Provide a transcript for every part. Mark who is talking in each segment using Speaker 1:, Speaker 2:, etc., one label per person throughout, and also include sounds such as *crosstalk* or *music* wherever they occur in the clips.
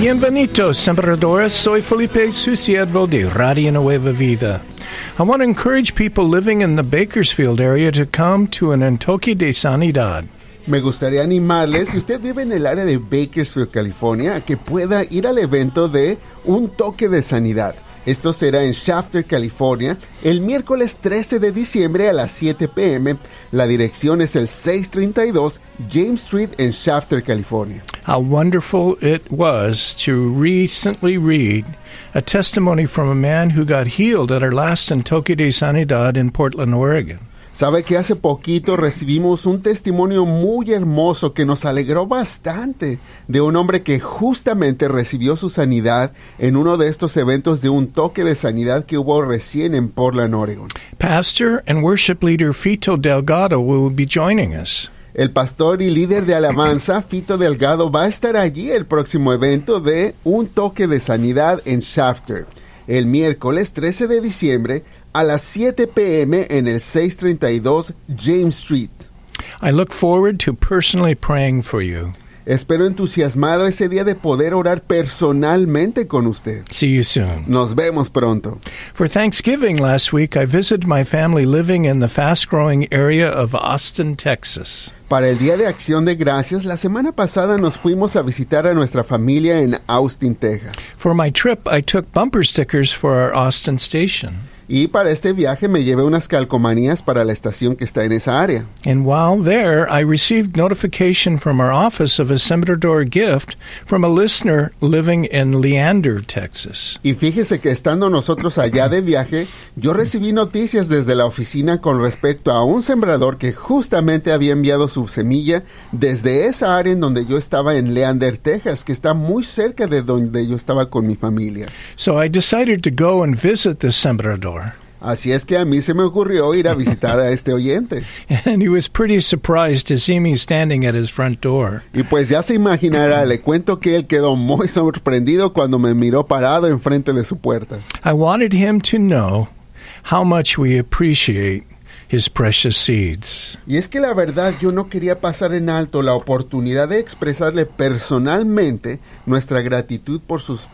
Speaker 1: Bienvenidos, Sembradores. Soy Felipe Susiervo de Radio Nueva Vida. I want to encourage people living in the Bakersfield area to come to an Antoque de Sanidad.
Speaker 2: Me gustaría animarles, si usted vive en el área de Bakersfield, California, a que pueda ir al evento de Un Toque de Sanidad. Esto será en Shafter, California, el miércoles 13 de diciembre a las 7 pm. La dirección es el 632 James Street en Shafter, California.
Speaker 1: How wonderful it was to recently read a testimony from a man who got healed at our last Antoque de Sanidad in Portland, Oregon.
Speaker 2: Sabe que hace poquito recibimos un testimonio muy hermoso que nos alegró bastante de un hombre que justamente recibió su sanidad en uno de estos eventos de un toque de sanidad que hubo recién en Portland, Oregon.
Speaker 1: Pastor and worship leader Fito Delgado will be joining us.
Speaker 2: El pastor y líder de alabanza, Fito Delgado, va a estar allí el próximo evento de Un Toque de Sanidad en Shafter, el miércoles 13 de diciembre a las 7 pm en el 632 James Street.
Speaker 1: I look forward to personally praying for you.
Speaker 2: Espero entusiasmado ese día de poder orar personalmente con usted.
Speaker 1: See you soon.
Speaker 2: Nos vemos pronto.
Speaker 1: For Thanksgiving last week, I visited my family living in the fast growing area of Austin, Texas.
Speaker 2: Para el Día de Acción de Gracias, la semana pasada nos fuimos a visitar a nuestra familia en Austin, Texas.
Speaker 1: For my trip, I took bumper stickers for our Austin station.
Speaker 2: Y para este viaje me llevé unas calcomanías para la estación que está en esa área.
Speaker 1: And while there, I received notification from our office of a Sembrador gift from a listener living in Leander, Texas.
Speaker 2: Y fíjese que estando nosotros allá de viaje, yo recibí noticias desde la oficina con respecto a un sembrador que justamente había enviado su semilla desde esa área en donde yo estaba en Leander, Texas, que está muy cerca de donde yo estaba con mi familia.
Speaker 1: So I decided to go and visit this Sembrador.
Speaker 2: Así es que a mí se me ocurrió ir a visitar a este oyente.
Speaker 1: *laughs* And he was pretty surprised to see me standing at his front door.
Speaker 2: Y pues ya se imaginará, le cuento que él quedó muy sorprendido cuando me miró parado enfrente de su puerta.
Speaker 1: I wanted him to know how much we appreciate his precious seeds.
Speaker 2: Y es que la verdad yo no quería pasar en alto la oportunidad de expresarle personalmente nuestra gratitud por sus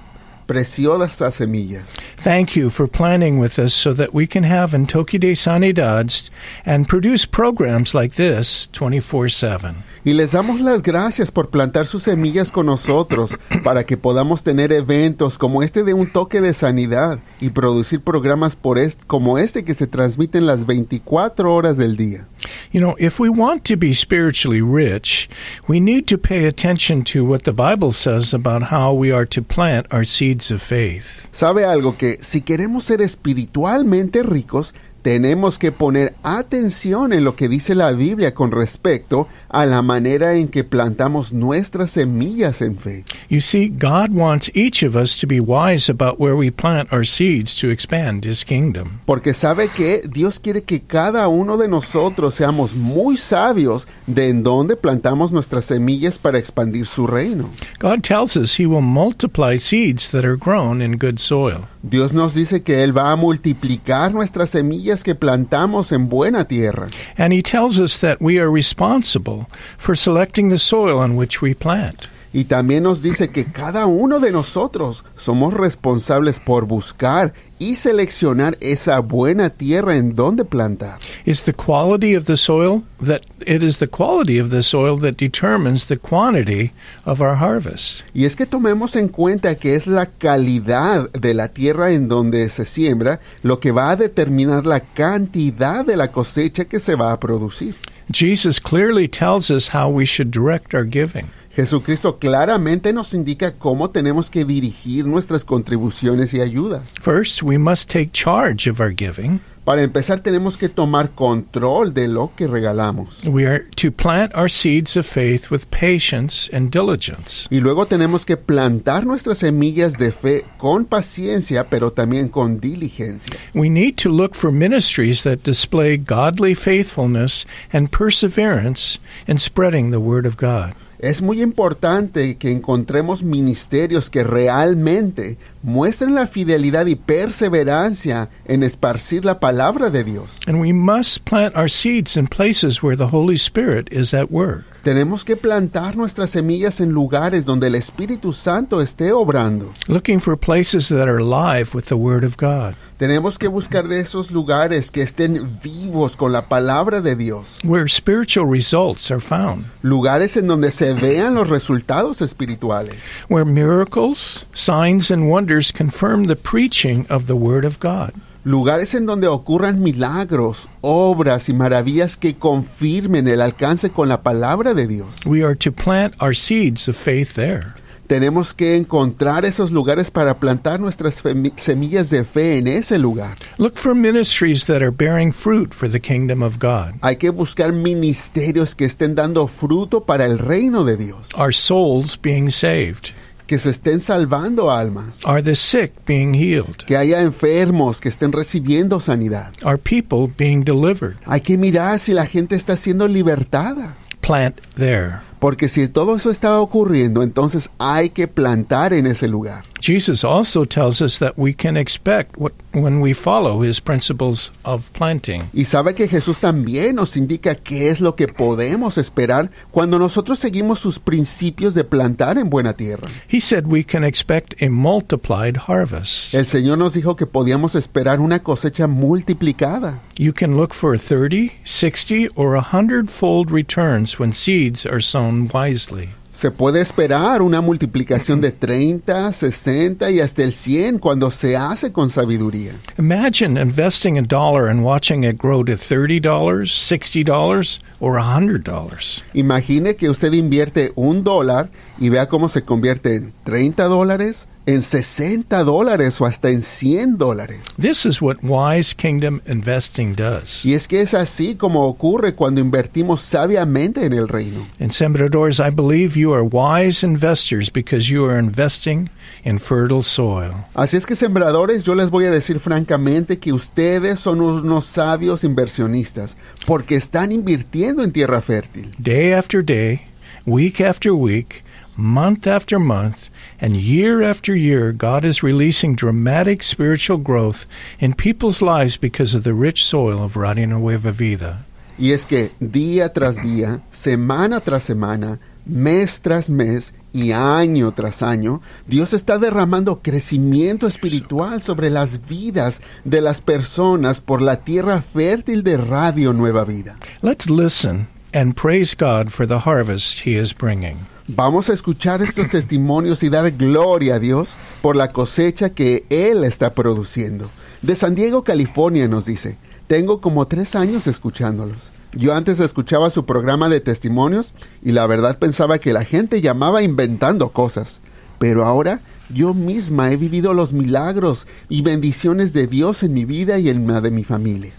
Speaker 2: preciosas semillas.
Speaker 1: Thank you for planning with us so that we can have Antoque de Sanidad and produce programs like this 24 7.
Speaker 2: Y les damos las gracias por plantar sus semillas con nosotros para que podamos tener eventos como este de un toque de sanidad y producir programas por est- como este que se transmiten las 24 horas del día.
Speaker 1: You know, if we want to be spiritually rich, we need to pay attention to what the Bible says about how we are to plant our seeds of faith.
Speaker 2: ¿Sabe algo que si queremos ser espiritualmente ricos, tenemos que poner atención en lo que dice la Biblia con respecto a la manera en que plantamos nuestras semillas en fe?
Speaker 1: You see, God wants each of us to be wise about where we plant our seeds to expand His kingdom.
Speaker 2: Porque sabe que Dios quiere que cada uno de nosotros seamos muy sabios de en dónde plantamos nuestras semillas para expandir su reino.
Speaker 1: God tells us He will multiply seeds that are grown in good soil.
Speaker 2: Dios nos dice que Él va a multiplicar nuestras semillas que plantamos en buena tierra.
Speaker 1: And He tells us that we are responsible for selecting the soil on which we plant.
Speaker 2: Y también nos dice que cada uno de nosotros somos responsables por buscar y seleccionar esa buena tierra en donde plantar.
Speaker 1: It's the quality of the soil that it is the quality of the soil that determines the quantity of our harvest.
Speaker 2: Y es que tomemos en cuenta que es la calidad de la tierra en donde se siembra lo que va a determinar la cantidad de la cosecha que se va a producir.
Speaker 1: Jesus clearly tells us how we should direct our giving.
Speaker 2: Jesucristo claramente nos indica cómo tenemos que dirigir nuestras contribuciones y ayudas.
Speaker 1: First, we must take charge of our giving.
Speaker 2: Para empezar tenemos que tomar control de lo que regalamos.
Speaker 1: We are to plant our seeds of faith with patience and diligence.
Speaker 2: Y luego tenemos que plantar nuestras semillas de fe con paciencia, pero también con diligencia.
Speaker 1: We need to look for ministries that display godly faithfulness and perseverance in spreading the Word of God.
Speaker 2: Es muy importante que encontremos ministerios que realmente muestren la fidelidad y perseverancia en esparcir la palabra de Dios.
Speaker 1: And we must plant our seeds in places where the Holy Spirit is at work.
Speaker 2: Tenemos que plantar nuestras semillas en lugares donde el Espíritu Santo esté obrando.
Speaker 1: looking for places that are alive with the Word of God,
Speaker 2: Tenemos que buscar de esos lugares que estén vivos con la palabra de Dios.
Speaker 1: where spiritual results are found,
Speaker 2: Lugares en donde se vean los resultados espirituales.
Speaker 1: where miracles, signs, and wonders confirm the preaching of the Word of God.
Speaker 2: Lugares en donde ocurran milagros, obras y maravillas que confirmen el alcance con la palabra de Dios.
Speaker 1: We are to plant our seeds of faith there.
Speaker 2: Tenemos que encontrar esos lugares para plantar nuestras femi- semillas de fe en ese lugar.
Speaker 1: Look for ministries that are bearing fruit for the kingdom of God.
Speaker 2: Hay que buscar ministerios que estén dando fruto para el reino de Dios,
Speaker 1: Are souls being saved?
Speaker 2: que se estén salvando almas,
Speaker 1: Are the sick being healed?
Speaker 2: que haya enfermos que estén recibiendo sanidad.
Speaker 1: Are people being delivered?
Speaker 2: Hay que mirar si la gente está siendo libertada,
Speaker 1: Plant there.
Speaker 2: porque si todo eso está ocurriendo, entonces hay que plantar en ese lugar.
Speaker 1: Jesus also tells us that we can expect what, when we follow his principles of planting.
Speaker 2: Y sabe que Jesús también nos indica qué es lo que podemos esperar cuando nosotros seguimos sus principios de plantar en buena tierra.
Speaker 1: He said we can expect a multiplied harvest.
Speaker 2: El Señor nos dijo que podíamos esperar una cosecha multiplicada.
Speaker 1: You can look for 30, 60, or 100 fold returns when seeds are sown wisely.
Speaker 2: Se puede esperar una multiplicación de 30, 60 y hasta el 100 cuando se hace con sabiduría.
Speaker 1: Imagine investing a dollar and watching it grow to $30, $60, or $100.
Speaker 2: Imagine que usted invierte un dólar y vea cómo se convierte en 30 dólares, en 60 dólares o hasta en 100 dólares.
Speaker 1: This is what wise kingdom investing does.
Speaker 2: Y es que es así como ocurre cuando invertimos sabiamente en el reino.
Speaker 1: And Sembradores, I believe you are wise investors because you are investing in fertile soil.
Speaker 2: Así es que sembradores, yo les voy a decir francamente que ustedes son unos sabios inversionistas porque están invirtiendo en tierra fértil.
Speaker 1: Day after day, week after week, month after month, and year after year, God is releasing dramatic spiritual growth in people's lives because of the rich soil of Radio Nueva Vida.
Speaker 2: Y es que día tras día, semana tras semana, mes tras mes y año tras año, Dios está derramando crecimiento espiritual sobre las vidas de las personas por la tierra fértil de Radio Nueva Vida.
Speaker 1: Let's listen and praise God for the harvest He is bringing.
Speaker 2: Vamos a escuchar estos testimonios y dar gloria a Dios por la cosecha que Él está produciendo. De San Diego, California nos dice, tengo como tres años escuchándolos. Yo antes escuchaba su programa de testimonios y la verdad pensaba que la gente llamaba inventando cosas. Pero ahora yo misma he vivido los milagros y bendiciones de Dios en mi vida y en la de mi familia.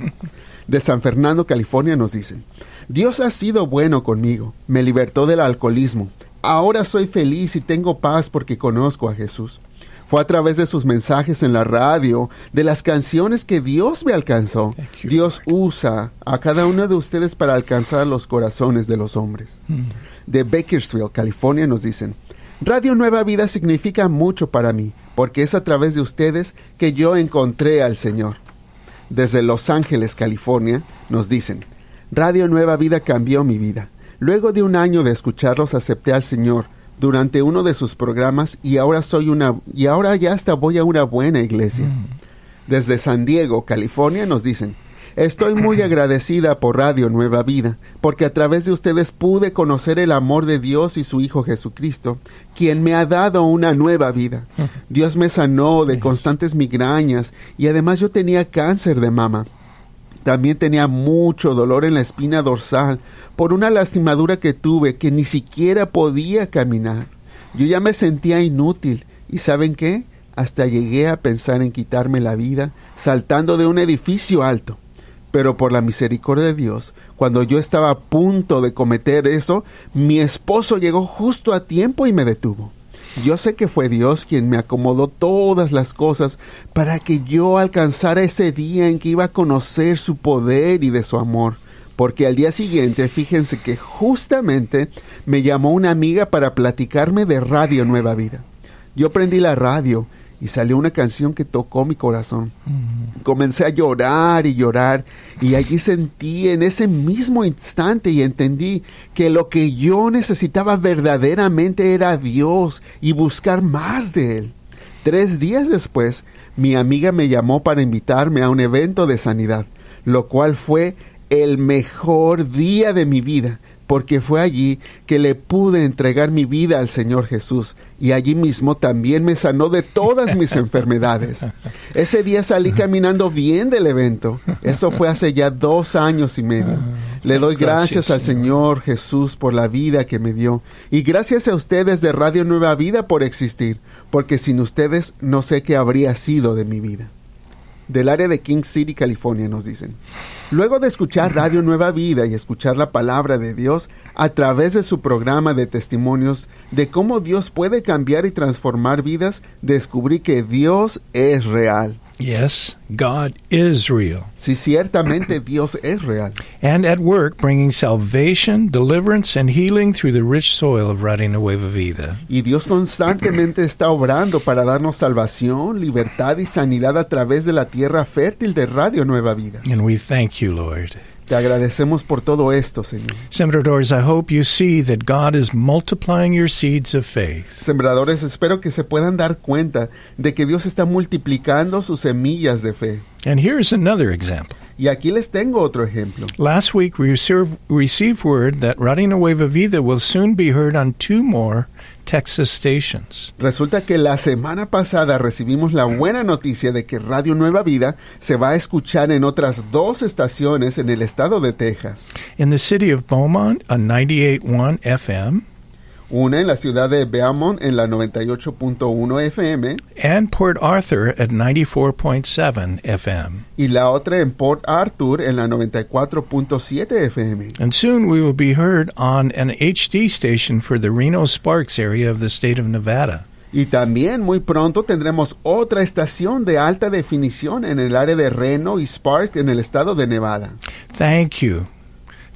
Speaker 2: De San Fernando, California nos dicen, Dios ha sido bueno conmigo, me libertó del alcoholismo, ahora soy feliz y tengo paz porque conozco a Jesús. Fue a través de sus mensajes en la radio, de las canciones que Dios me alcanzó.
Speaker 1: Thank you,
Speaker 2: Dios usa a cada uno de ustedes para alcanzar los corazones de los hombres.
Speaker 1: Mm.
Speaker 2: De Bakersfield, California, nos dicen, Radio Nueva Vida significa mucho para mí, porque es a través de ustedes que yo encontré al Señor desde Los Ángeles, California, nos dicen, Radio Nueva Vida cambió mi vida. Luego de un año de escucharlos acepté al Señor durante uno de sus programas y ahora soy una y ahora ya hasta voy a una buena iglesia. Desde San Diego, California, nos dicen, Estoy muy agradecida por Radio Nueva Vida, porque a través de ustedes pude conocer el amor de Dios y su Hijo Jesucristo, quien me ha dado una nueva vida. Dios me sanó de constantes migrañas y además yo tenía cáncer de mama. También tenía mucho dolor en la espina dorsal por una lastimadura que tuve que ni siquiera podía caminar. Yo ya me sentía inútil y ¿saben qué? Hasta llegué a pensar en quitarme la vida saltando de un edificio alto. Pero por la misericordia de Dios, cuando yo estaba a punto de cometer eso, mi esposo llegó justo a tiempo y me detuvo. Yo sé que fue Dios quien me acomodó todas las cosas para que yo alcanzara ese día en que iba a conocer su poder y de su amor. Porque al día siguiente, fíjense que justamente me llamó una amiga para platicarme de Radio Nueva Vida. Yo prendí la radio y salió una canción que tocó mi corazón. Comencé a llorar y llorar y allí sentí en ese mismo instante y entendí que lo que yo necesitaba verdaderamente era a Dios y buscar más de Él. Tres días después, mi amiga me llamó para invitarme a un evento de sanidad, lo cual fue el mejor día de mi vida, porque fue allí que le pude entregar mi vida al Señor Jesús, y allí mismo también me sanó de todas mis enfermedades. Ese día salí caminando bien del evento, eso fue hace ya dos años y medio. Le doy gracias, al Señor Jesús por la vida que me dio, y gracias a ustedes de Radio Nueva Vida por existir, porque sin ustedes no sé qué habría sido de mi vida del área de King City, California, nos dicen. Luego de escuchar Radio Nueva Vida y escuchar la palabra de Dios a través de su programa de testimonios de cómo Dios puede cambiar y transformar vidas, descubrí que Dios es real.
Speaker 1: Yes, God is real
Speaker 2: Si ciertamente Dios es real.
Speaker 1: and at work bringing salvation, deliverance, and healing through the rich soil of Radina Nueva Vida.
Speaker 2: Y Dios constantemente está obrando para darnos salvación, libertad y sanidad a través de la tierra fértil de Radio Nueva Vida.
Speaker 1: And we thank you, Lord.
Speaker 2: Te agradecemos por todo esto, Señor.
Speaker 1: Sembradores, I hope you see that God is multiplying your seeds of faith.
Speaker 2: Sembradores, espero que se puedan dar cuenta de que Dios está multiplicando sus semillas de fe.
Speaker 1: And here's another example.
Speaker 2: Y aquí les tengo otro ejemplo.
Speaker 1: Last week, we receive, received word that Radina Nueva Vida will soon be heard on two more Texas stations.
Speaker 2: Resulta que la semana pasada recibimos la buena noticia de que Radio Nueva Vida se va a escuchar en otras dos estaciones en el estado de Texas.
Speaker 1: In the city of Beaumont on 98.1 FM
Speaker 2: Una en la ciudad de Beaumont en la 98.1 FM
Speaker 1: and Port Arthur at 94.7 FM.
Speaker 2: y la otra en Port Arthur en la 94.7 FM.
Speaker 1: And soon we will be heard on an HD station for the Reno Sparks area of the state of Nevada.
Speaker 2: Y también muy pronto tendremos otra estación de alta definición en el área de Reno y Spark en el estado de Nevada.
Speaker 1: Thank you.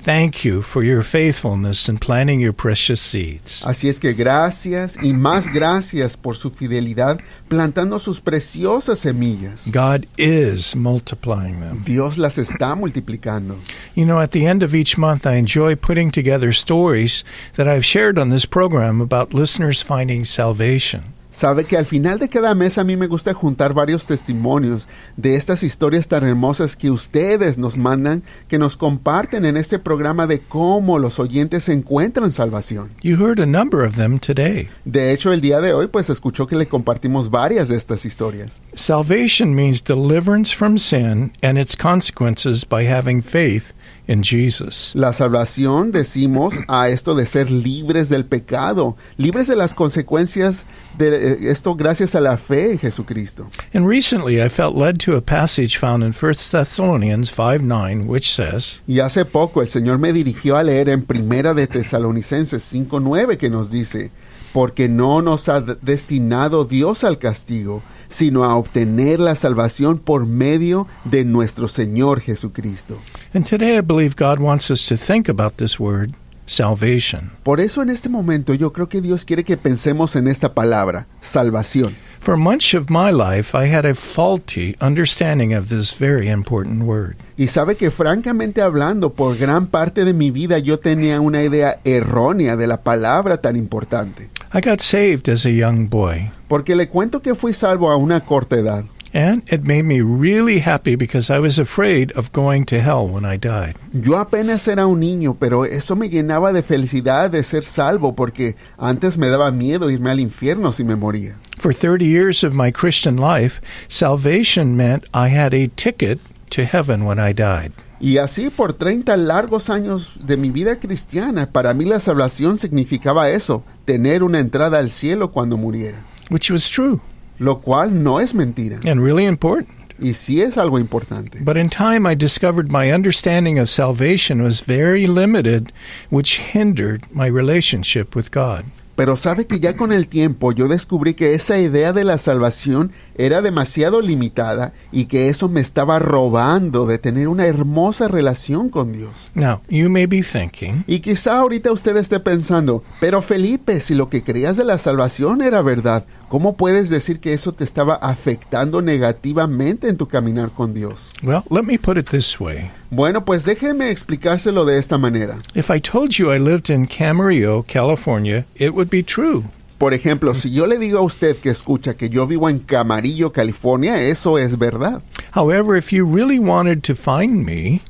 Speaker 1: Thank you for your faithfulness in planting your precious seeds.
Speaker 2: Así es que gracias y más gracias por su fidelidad plantando sus preciosas semillas.
Speaker 1: God is multiplying them.
Speaker 2: Dios las está multiplicando.
Speaker 1: You know, at the end of each month, I enjoy putting together stories that I've shared on this program about listeners finding salvation.
Speaker 2: Sabe que al final de cada mes a mí me gusta juntar varios testimonios de estas historias tan hermosas que ustedes nos mandan, que nos comparten en este programa de cómo los oyentes encuentran salvación.
Speaker 1: You heard a number of them today.
Speaker 2: De hecho, el día de hoy, pues escuchó que le compartimos varias de estas historias.
Speaker 1: Salvation means deliverance from sin and its consequences by having faith in Jesus.
Speaker 2: La salvación, decimos, a esto de ser libres del pecado, libres de las consecuencias de eh, esto gracias a la fe en Jesucristo.
Speaker 1: And recently I felt led to a passage found in 1 Thessalonians 5 9, which says,
Speaker 2: Y hace poco el Señor me dirigió a leer en Primera de Tesalonicenses 5.9 que nos dice, porque no nos ha d- destinado Dios al castigo, sino a obtener la salvación por medio de nuestro Señor Jesucristo.
Speaker 1: and today I believe God wants us to think about this word, salvation.
Speaker 2: Por eso en este momento yo creo que Dios quiere que pensemos en esta palabra, salvación.
Speaker 1: For much of my life, I had a faulty understanding of this very important word.
Speaker 2: Y sabe que francamente hablando, por gran parte de mi vida yo tenía una idea errónea de la palabra tan importante.
Speaker 1: I got saved as a young boy,
Speaker 2: Porque le cuento que fui salvo a una corta edad.
Speaker 1: and it made me really happy because I was afraid of going to hell when I died.
Speaker 2: Yo apenas era un niño, pero eso me llenaba de felicidad de ser salvo porque antes me daba miedo irme al infierno si me moría.
Speaker 1: For 30 years of my Christian life, salvation meant I had a ticket to heaven when I died.
Speaker 2: Y así por 30 largos años de mi vida cristiana, para mí la salvación significaba eso, tener una entrada al cielo cuando muriera.
Speaker 1: which was true
Speaker 2: Lo cual no es mentira,
Speaker 1: and really important.
Speaker 2: y sí es algo importante.
Speaker 1: But in time, I discovered my understanding of salvation was very limited, which hindered my relationship with God.
Speaker 2: Pero sabe que ya con el tiempo yo descubrí que esa idea de la salvación era demasiado limitada y que eso me estaba robando de tener una hermosa relación con Dios.
Speaker 1: Now, you may be thinking,
Speaker 2: Y quizá ahorita usted esté pensando, pero Felipe, si lo que creías de la salvación era verdad, ¿Cómo puedes decir que eso te estaba afectando negativamente en tu caminar con Dios?
Speaker 1: Well, let me put it this way.
Speaker 2: Bueno, pues déjeme explicárselo de esta manera.
Speaker 1: If I told you I lived in Camarillo, California, it would be true.
Speaker 2: Por ejemplo, si yo le digo a usted que escucha que yo vivo en Camarillo, California, eso es verdad.
Speaker 1: However, if you really wanted to find me,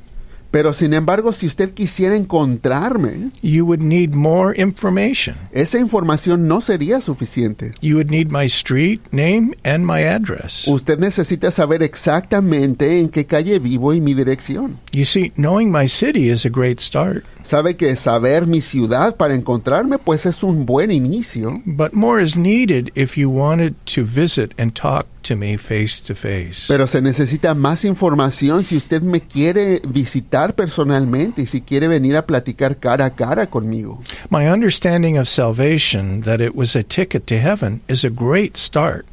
Speaker 2: Pero sin embargo, si usted quisiera encontrarme,
Speaker 1: you would need more information.
Speaker 2: esa información no sería suficiente.
Speaker 1: You would need my street name and my address.
Speaker 2: Usted necesita saber exactamente en qué calle vivo y mi dirección.
Speaker 1: You see, knowing my city is a great start,
Speaker 2: Sabe que saber mi ciudad para encontrarme pues es un buen inicio,
Speaker 1: but more is needed if you wanted to visit and talk to me face to face.
Speaker 2: pero se necesita más información si usted me quiere visitar personalmente y si quiere venir a platicar cara a cara conmigo.
Speaker 1: My understanding of salvation, that it was a ticket to heaven, is a great start.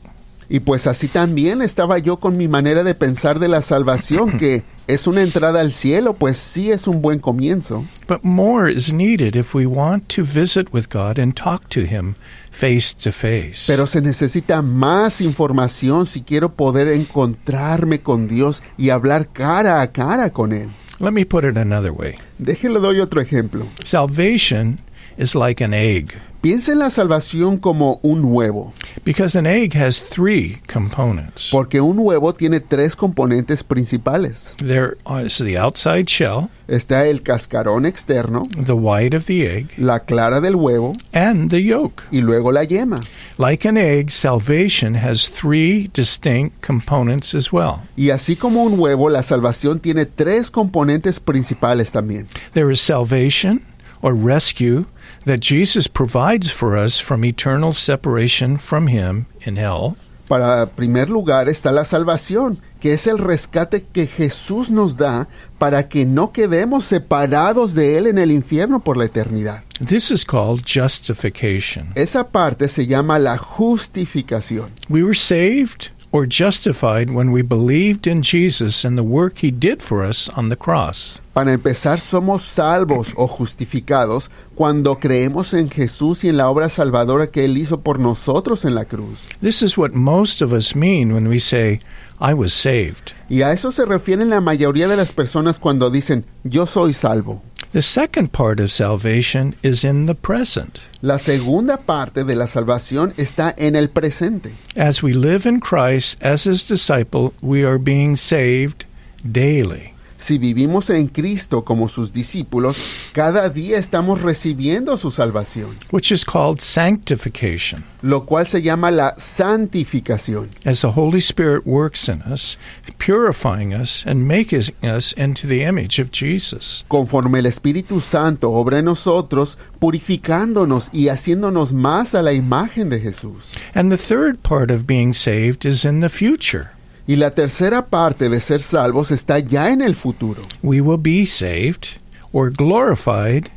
Speaker 2: Y pues así también estaba yo con mi manera de pensar de la salvación, que es una entrada al cielo, pues sí es un buen comienzo.
Speaker 1: But more is needed if we want to visit with God and talk to Him face to face.
Speaker 2: Pero se necesita más información si quiero poder encontrarme con Dios y hablar cara a cara con Él.
Speaker 1: Let me put it another way
Speaker 2: Déjelo doy otro ejemplo.
Speaker 1: salvation is like an egg,
Speaker 2: Piensa en la salvación como un huevo,
Speaker 1: because an egg has three components
Speaker 2: porque un huevo tiene tres componentes principales.
Speaker 1: there is the outside shell,
Speaker 2: Está el cascarón externo,
Speaker 1: the white of the egg,
Speaker 2: la clara del huevo
Speaker 1: and the yolk.
Speaker 2: y luego la yema.
Speaker 1: Like an egg, salvation has three distinct components as well.
Speaker 2: Y así como un huevo, la salvación tiene tres componentes principales también.
Speaker 1: There is salvation or rescue that Jesus provides for us from eternal separation from Him in hell.
Speaker 2: Para primer lugar está la salvación, que es el rescate que Jesús nos da para que no quedemos separados de Él en el infierno por la eternidad.
Speaker 1: This is called justification.
Speaker 2: Esa parte se llama la justificación.
Speaker 1: We were saved or justified when we believed in Jesus and the work He did for us on the cross.
Speaker 2: Para empezar, somos salvos o justificados cuando creemos en Jesús y en la obra salvadora que Él hizo por nosotros en la cruz.
Speaker 1: This is what most of us mean when we say, I was saved.
Speaker 2: Y a eso se refieren la mayoría de las personas cuando dicen, yo soy salvo.
Speaker 1: The second part of salvation is in the present.
Speaker 2: La segunda parte de la salvación está en el presente.
Speaker 1: As we live in Christ as His disciple, we are being saved daily.
Speaker 2: Si vivimos en Cristo como sus discípulos, cada día estamos recibiendo su salvación,
Speaker 1: which is called sanctification.
Speaker 2: lo cual se llama la santificación.
Speaker 1: As the Holy Spirit works in us, purifying us and making us into the image of Jesus.
Speaker 2: Conforme el Espíritu Santo obra en nosotros, purificándonos y haciéndonos más a la imagen de Jesús.
Speaker 1: And the third part of being saved is in the future.
Speaker 2: Y la tercera parte de ser salvos está ya en el futuro,
Speaker 1: We will be saved or glorified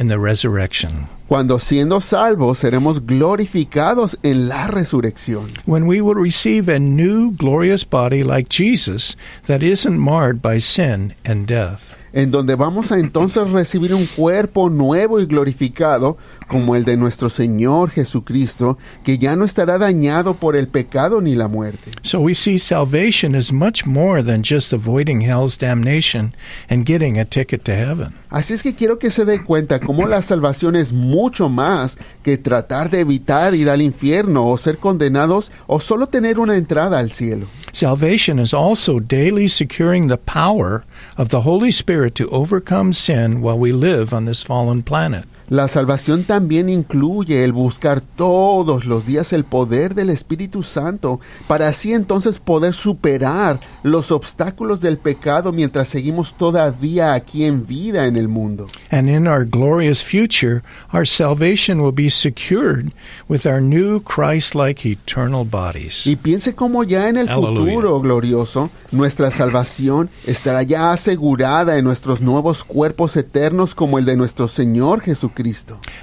Speaker 1: in the resurrection.
Speaker 2: cuando siendo salvos seremos glorificados en la resurrección.
Speaker 1: When we will receive a new glorious body like Jesus that isn't marred by sin and death.
Speaker 2: en donde vamos a entonces *laughs* recibir un cuerpo nuevo y glorificado como el de nuestro Señor Jesucristo, que ya no estará dañado por el pecado ni la muerte.
Speaker 1: So we see salvation is much more than just avoiding hell's damnation and getting a ticket to heaven.
Speaker 2: Así es que quiero que se dé cuenta cómo la salvación es mucho más que tratar de evitar ir al infierno o ser condenados o solo tener una entrada al cielo.
Speaker 1: Salvation is also daily securing the power of the Holy Spirit to overcome sin while we live on this fallen planet.
Speaker 2: La salvación también incluye el buscar todos los días el poder del Espíritu Santo para así entonces poder superar los obstáculos del pecado mientras seguimos todavía aquí en vida en el mundo.
Speaker 1: And in our glorious future, our salvation will be secured with our new Christ like eternal bodies.
Speaker 2: Y piense cómo ya en el
Speaker 1: Aleluya.
Speaker 2: futuro glorioso nuestra salvación estará ya asegurada en nuestros nuevos cuerpos eternos como el de nuestro Señor Jesucristo.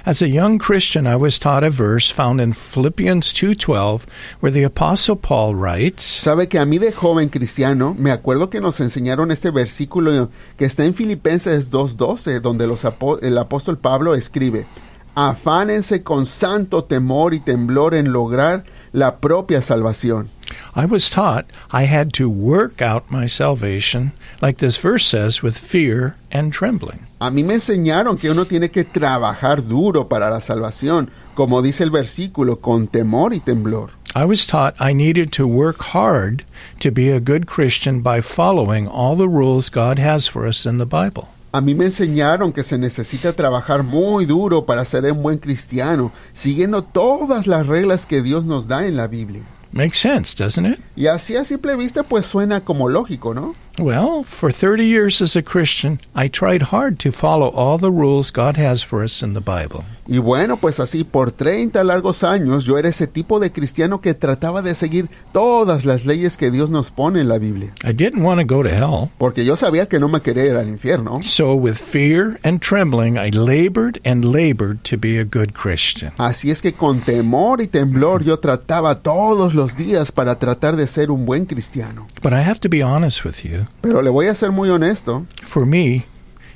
Speaker 1: As a young Christian, I was taught a verse found in Philippians 2:12 where the apostle Paul writes,
Speaker 2: Sabe que a mí de joven cristiano, me acuerdo que nos enseñaron este versículo que está en Filipenses 2.12, donde los apó- el apóstol Pablo escribe, afánense con santo temor y temblor en lograr la propia salvación.
Speaker 1: I was taught I had to work out my salvation, like this verse says, with fear and trembling.
Speaker 2: A mí me enseñaron que uno tiene que trabajar duro para la salvación, como dice el versículo, con temor y temblor.
Speaker 1: I was taught I needed to work hard to be a good Christian by following all the rules God has for us in the Bible.
Speaker 2: A mí me enseñaron que se necesita trabajar muy duro para ser un buen cristiano, siguiendo todas las reglas que Dios nos da en la Biblia.
Speaker 1: Makes sense, doesn't it?
Speaker 2: Y así a simple vista pues suena como lógico, ¿no?
Speaker 1: Well, for 30 years as a Christian, I tried hard to follow all the rules God has for us in the Bible.
Speaker 2: Y bueno, pues así por 30 largos años yo era ese tipo de cristiano que trataba de seguir todas las leyes que Dios nos pone en la Biblia,
Speaker 1: I didn't want to go to hell.
Speaker 2: porque yo sabía que no me quería ir al infierno.
Speaker 1: So, with fear and trembling, I labored and labored to be a good Christian.
Speaker 2: Así es que con temor y temblor yo trataba todos los días para tratar de ser un buen cristiano.
Speaker 1: But I have to be honest with you.
Speaker 2: Pero le voy a ser muy honesto,
Speaker 1: For me,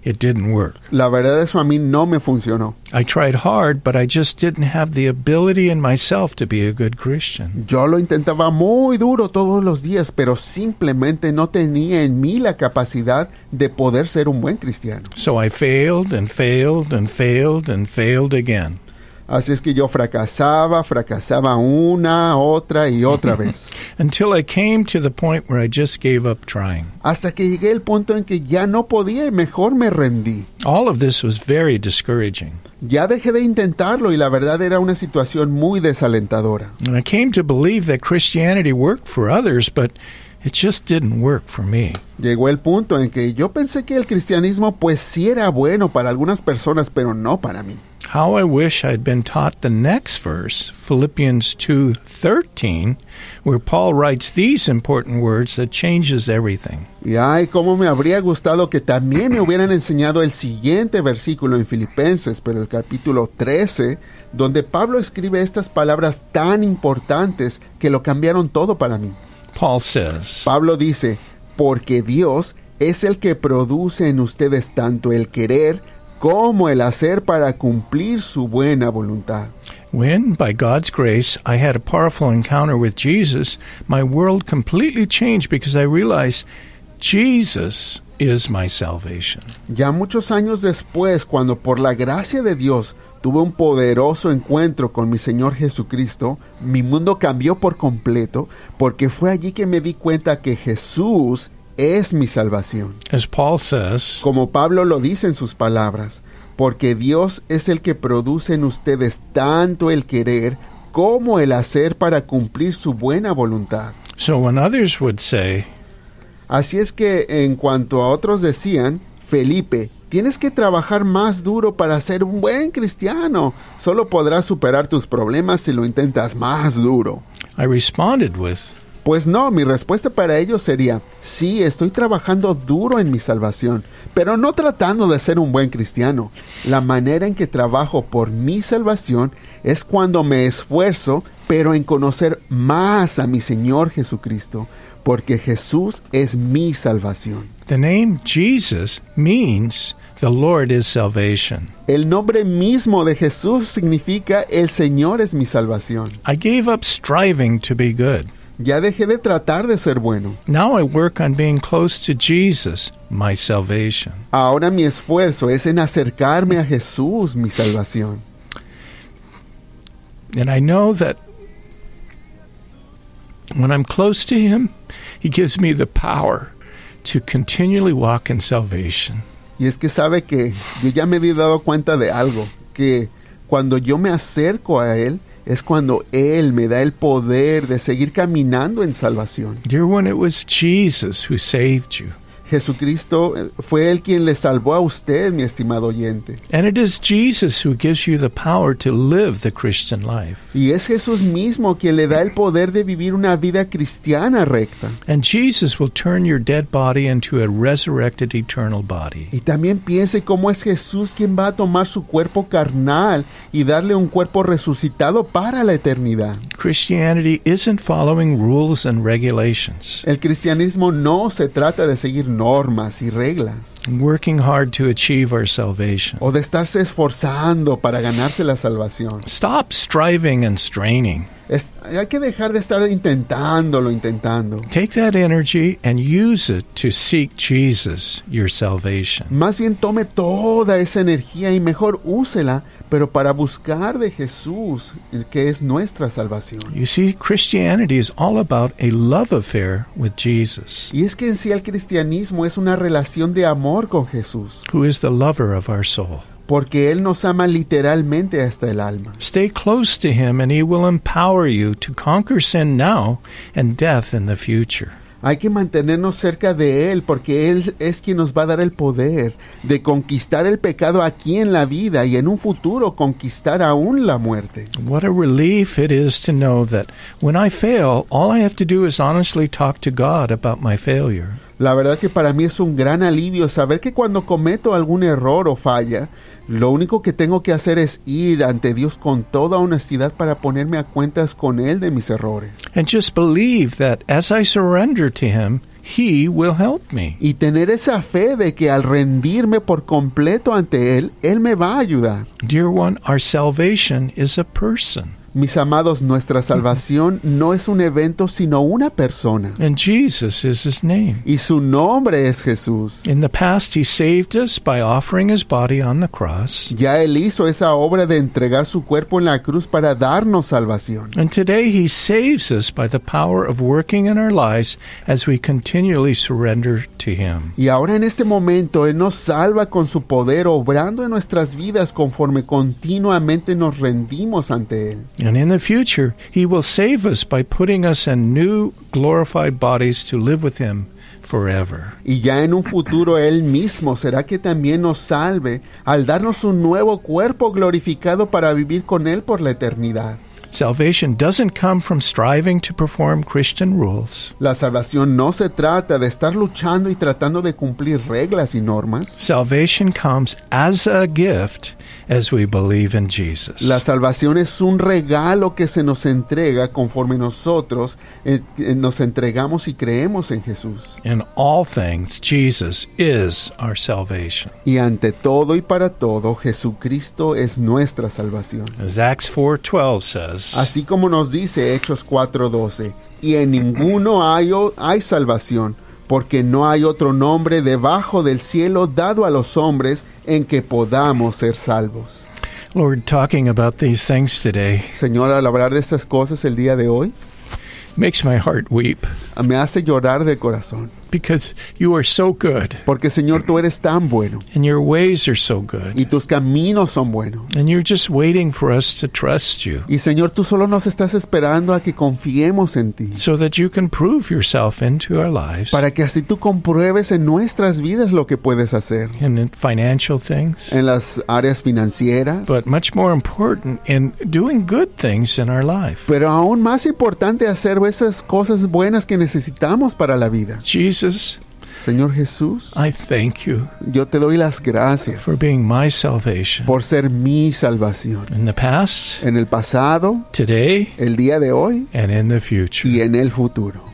Speaker 1: it didn't work.
Speaker 2: la verdad eso a mí no me funcionó.
Speaker 1: I tried hard, but I just didn't have the ability in myself to be a good Christian.
Speaker 2: Yo lo intentaba muy duro todos los días, pero simplemente no tenía en mí la capacidad de poder ser un buen cristiano.
Speaker 1: So I failed and failed and failed and failed again.
Speaker 2: Así es que yo fracasaba, fracasaba una, otra y otra vez.
Speaker 1: Until I came to the point where I just gave up trying.
Speaker 2: Hasta que llegué al punto en que ya no podía y mejor me rendí.
Speaker 1: All of this was very discouraging.
Speaker 2: Ya dejé de intentarlo y la verdad era una situación muy desalentadora.
Speaker 1: And I came to believe that Christianity worked for others, but it just didn't work for me.
Speaker 2: Llegó el punto en que yo pensé que el cristianismo pues sí era bueno para algunas personas, pero no para mí.
Speaker 1: How I wish I'd been taught the next verse, Philippians 2:13, where Paul writes these important words that changes everything.
Speaker 2: Y ay, cómo me habría gustado que también me hubieran enseñado el siguiente versículo en Filipenses, pero el capítulo 13, donde Pablo escribe estas palabras tan importantes que lo cambiaron todo para mí.
Speaker 1: Paul says,
Speaker 2: Pablo dice, porque Dios es el que produce en ustedes tanto el querer como el hacer para cumplir su buena voluntad.
Speaker 1: "When by God's grace I had a powerful encounter with Jesus, my world completely changed because I realized Jesus is my salvation."
Speaker 2: Ya muchos años después, cuando por la gracia de Dios tuve un poderoso encuentro con mi Señor Jesucristo, mi mundo cambió por completo, porque fue allí que me di cuenta que Jesús es mi salvación.
Speaker 1: As Paul says,
Speaker 2: Como Pablo lo dice en sus palabras, porque Dios es el que produce en ustedes tanto el querer como el hacer para cumplir su buena voluntad.
Speaker 1: so when others would say,
Speaker 2: Así es que en cuanto a otros decían, Felipe, tienes que trabajar más duro para ser un buen cristiano. Solo podrás superar tus problemas si lo intentas más duro.
Speaker 1: I responded with,
Speaker 2: Pues no, mi respuesta para ellos sería, sí, estoy trabajando duro en mi salvación, pero no tratando de ser un buen cristiano. La manera en que trabajo por mi salvación es cuando me esfuerzo, pero en conocer más a mi Señor Jesucristo, porque Jesús es mi salvación.
Speaker 1: The name Jesus means the Lord is salvation.
Speaker 2: El nombre mismo de Jesús significa el Señor es mi salvación.
Speaker 1: I gave up striving to be good.
Speaker 2: Ya dejé de tratar de ser bueno.
Speaker 1: Now I work on being close to Jesus, my salvation.
Speaker 2: Ahora mi esfuerzo es en acercarme a Jesús, mi salvación.
Speaker 1: And I know that when I'm close to Him, He gives me the power to continually walk in salvation.
Speaker 2: Y es que sabe que yo ya me había dado cuenta de algo, que cuando yo me acerco a Él, es cuando Él me da el poder de seguir caminando en salvación.
Speaker 1: Dear one, it was Jesus who saved you.
Speaker 2: Jesucristo eh, fue Él quien le salvó a usted, mi estimado oyente.
Speaker 1: And it is Jesus who gives you the power to live the Christian life.
Speaker 2: Y es Jesús mismo quien le da el poder de vivir una vida cristiana recta.
Speaker 1: And Jesus will turn your dead body into a resurrected eternal body.
Speaker 2: Y también piense cómo es Jesús quien va a tomar su cuerpo carnal y darle un cuerpo resucitado para la eternidad.
Speaker 1: Christianity isn't following rules and regulations.
Speaker 2: El cristianismo no se trata de seguir normas y reglas.
Speaker 1: working hard to achieve our salvation.
Speaker 2: o de estarse esforzando para ganarse la salvación.
Speaker 1: Stop striving and straining.
Speaker 2: Es- hay que dejar de estar intentándolo, intentando.
Speaker 1: Take that energy and use it to seek Jesus, your salvation.
Speaker 2: Más bien tome toda esa energía y mejor úsela, pero para buscar de Jesús, el que es nuestra salvación.
Speaker 1: You see, Christianity is all about a love affair with Jesus,
Speaker 2: Y es que en sí el cristianismo es una relación de amor con Jesús,
Speaker 1: who is the lover of our soul.
Speaker 2: porque Él nos ama literalmente hasta el alma.
Speaker 1: Stay close to Him, and He will empower you to conquer sin now and death in the future.
Speaker 2: Hay que mantenernos cerca de Él, porque Él es quien nos va a dar el poder de conquistar el pecado aquí en la vida y en un futuro conquistar aún la muerte.
Speaker 1: What a relief it is to know that when I fail, all I have to do is honestly talk to God about my failure.
Speaker 2: La verdad que para mí es un gran alivio saber que cuando cometo algún error o falla, lo único que tengo que hacer es ir ante Dios con toda honestidad para ponerme a cuentas con Él de mis errores.
Speaker 1: And just believe that as I surrender to Him, He will help me.
Speaker 2: Y tener esa fe de que al rendirme por completo ante Él, Él me va a ayudar.
Speaker 1: Dear one, our salvation is a person,
Speaker 2: Mis amados, nuestra salvación no es un evento, sino una persona.
Speaker 1: and Jesus is His name.
Speaker 2: Y su nombre es Jesús.
Speaker 1: In the past, He saved us by offering His body on the cross,
Speaker 2: Ya Él hizo esa obra de entregar su cuerpo en la cruz para darnos salvación.
Speaker 1: and today He saves us by the power of working in our lives as we continually surrender to Him.
Speaker 2: Y ahora en este momento Él nos salva con su poder, obrando en nuestras vidas conforme continuamente nos rendimos ante Él.
Speaker 1: And in the future, He will save us by putting us in new glorified bodies to live with Him forever.
Speaker 2: Y ya en un futuro Él mismo será que también nos salve al darnos un nuevo cuerpo glorificado para vivir con Él por la eternidad.
Speaker 1: Salvation doesn't come from striving to perform Christian rules.
Speaker 2: La salvación no se trata de estar luchando y tratando de cumplir reglas y normas.
Speaker 1: Salvation comes as a gift as we believe in Jesus.
Speaker 2: La salvación es un regalo que se nos entrega conforme nosotros eh, eh, nos entregamos y creemos en Jesús.
Speaker 1: in all things, Jesus is our salvation.
Speaker 2: Y ante todo y para todo, Jesucristo es nuestra salvación.
Speaker 1: As Acts 4:12 says,
Speaker 2: Así como nos dice Hechos 4:12, y en ninguno hay, o- hay salvación, porque no hay otro nombre debajo del cielo dado a los hombres en que podamos ser salvos.
Speaker 1: Lord, talking about these things today
Speaker 2: Señor, al hablar de estas cosas el día de hoy,
Speaker 1: makes my heart weep
Speaker 2: me hace llorar de corazón,
Speaker 1: because you are so good
Speaker 2: porque Señor, tú eres tan bueno.
Speaker 1: and your ways are so good.
Speaker 2: y tus caminos son buenos.
Speaker 1: And you're just waiting for us to trust you
Speaker 2: Y Señor, tú solo nos estás esperando a que confiemos en ti,
Speaker 1: so that you can prove yourself into our lives
Speaker 2: para que así tú compruebes en nuestras vidas lo que puedes hacer,
Speaker 1: in financial things,
Speaker 2: en las áreas financieras,
Speaker 1: but much more important in doing good things in our life.
Speaker 2: pero aún más importante hacer esas cosas buenas que necesitamos para la vida.
Speaker 1: Jesus,
Speaker 2: Señor Jesús,
Speaker 1: I thank you
Speaker 2: yo te doy las gracias
Speaker 1: for being my salvation
Speaker 2: por ser mi salvación
Speaker 1: in the past,
Speaker 2: en el pasado,
Speaker 1: today,
Speaker 2: el día de hoy
Speaker 1: and in the future.
Speaker 2: y en el futuro.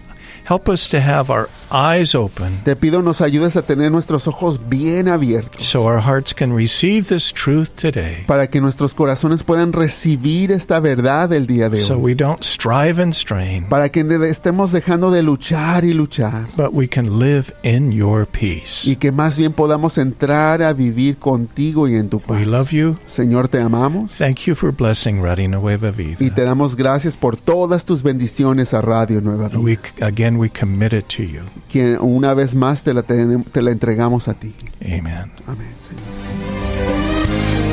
Speaker 1: Help us to have our eyes open
Speaker 2: Te pido nos ayudes a tener nuestros ojos bien abiertos.
Speaker 1: so our hearts can receive this truth today.
Speaker 2: para que nuestros corazones puedan recibir esta verdad el día de
Speaker 1: So
Speaker 2: hoy.
Speaker 1: we don't strive and strain,
Speaker 2: Para que ne- estemos dejando de luchar y luchar
Speaker 1: but we can live in your peace.
Speaker 2: y que más bien podamos entrar a vivir contigo y en tu paz.
Speaker 1: We love you.
Speaker 2: Señor, te amamos
Speaker 1: Thank you for blessing Radio Nueva
Speaker 2: y
Speaker 1: Vida.
Speaker 2: te damos gracias por todas tus bendiciones a Radio Nueva Vida,
Speaker 1: We again we commit it to you.
Speaker 2: que una vez más te la, tenem- te la entregamos a ti.
Speaker 1: Amen.
Speaker 2: Amén, Señor.